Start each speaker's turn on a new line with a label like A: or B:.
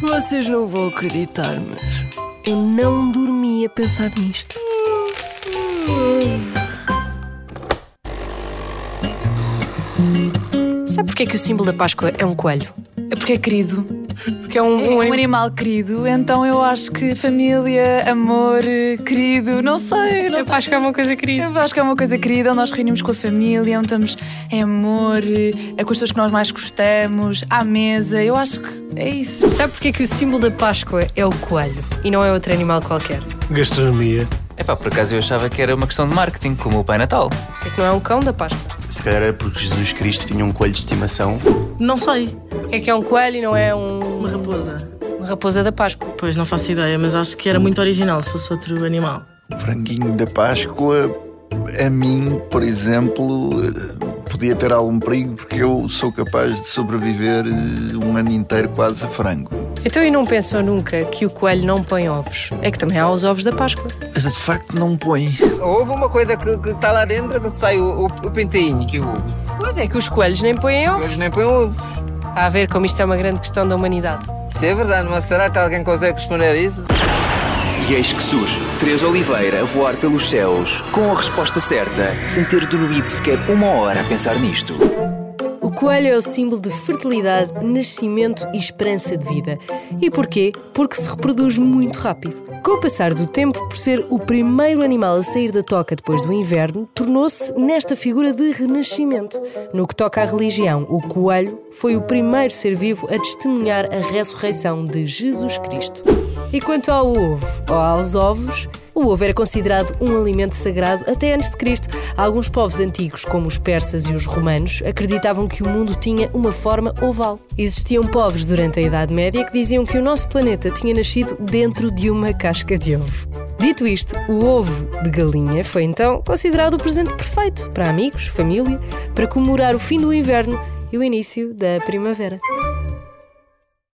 A: Vocês não vão acreditar, mas eu não dormi a pensar nisto. Sabe porquê que o símbolo da Páscoa é um coelho?
B: É porque é querido.
A: Porque é um,
B: É um animal querido, então eu acho que família, amor, eh, querido, não sei, não
A: A
B: sei.
A: Páscoa é uma coisa querida.
B: Eu acho que é uma coisa querida, onde nós reunimos com a família, onde estamos em amor, eh, é com as pessoas que nós mais gostamos, à mesa. Eu acho que é isso.
A: Sabe porquê que o símbolo da Páscoa é o coelho e não é outro animal qualquer?
C: Gastronomia.
D: Epá, por acaso eu achava que era uma questão de marketing, como o Pai Natal.
A: É que não é um cão da Páscoa.
E: Se calhar era porque Jesus Cristo tinha um coelho de estimação.
F: Não sei.
A: É que é um coelho e não é um,
F: Uma raposa.
A: uma raposa da Páscoa.
F: Pois não faço ideia, mas acho que era muito original se fosse outro animal.
G: franguinho da Páscoa, a mim, por exemplo, podia ter algum perigo porque eu sou capaz de sobreviver eh, um ano inteiro quase a frango.
A: Então e não pensou nunca que o coelho não põe ovos? É que também há os ovos da Páscoa.
G: Mas de facto não põe.
H: Houve uma coisa que, que tá lá dentro que sai o, o, o penteinho, que o,
A: Pois é, que os coelhos nem põem ovos.
H: eles nem põem ovo.
A: Está a ver como isto é uma grande questão da humanidade.
H: Isso é verdade, mas será que alguém consegue responder isso?
I: E eis que surge Teresa Oliveira a voar pelos céus com a resposta certa, sem ter dormido sequer uma hora a pensar nisto.
J: O coelho é o símbolo de fertilidade, nascimento e esperança de vida. E porquê? Porque se reproduz muito rápido. Com o passar do tempo, por ser o primeiro animal a sair da toca depois do inverno, tornou-se nesta figura de renascimento. No que toca à religião, o coelho foi o primeiro ser vivo a testemunhar a ressurreição de Jesus Cristo. E quanto ao ovo ou aos ovos, o ovo era considerado um alimento sagrado até antes de Cristo. Alguns povos antigos, como os persas e os romanos, acreditavam que o mundo tinha uma forma oval. Existiam povos durante a Idade Média que diziam que o nosso planeta tinha nascido dentro de uma casca de ovo. Dito isto, o ovo de galinha foi então considerado o presente perfeito para amigos, família, para comemorar o fim do inverno e o início da primavera.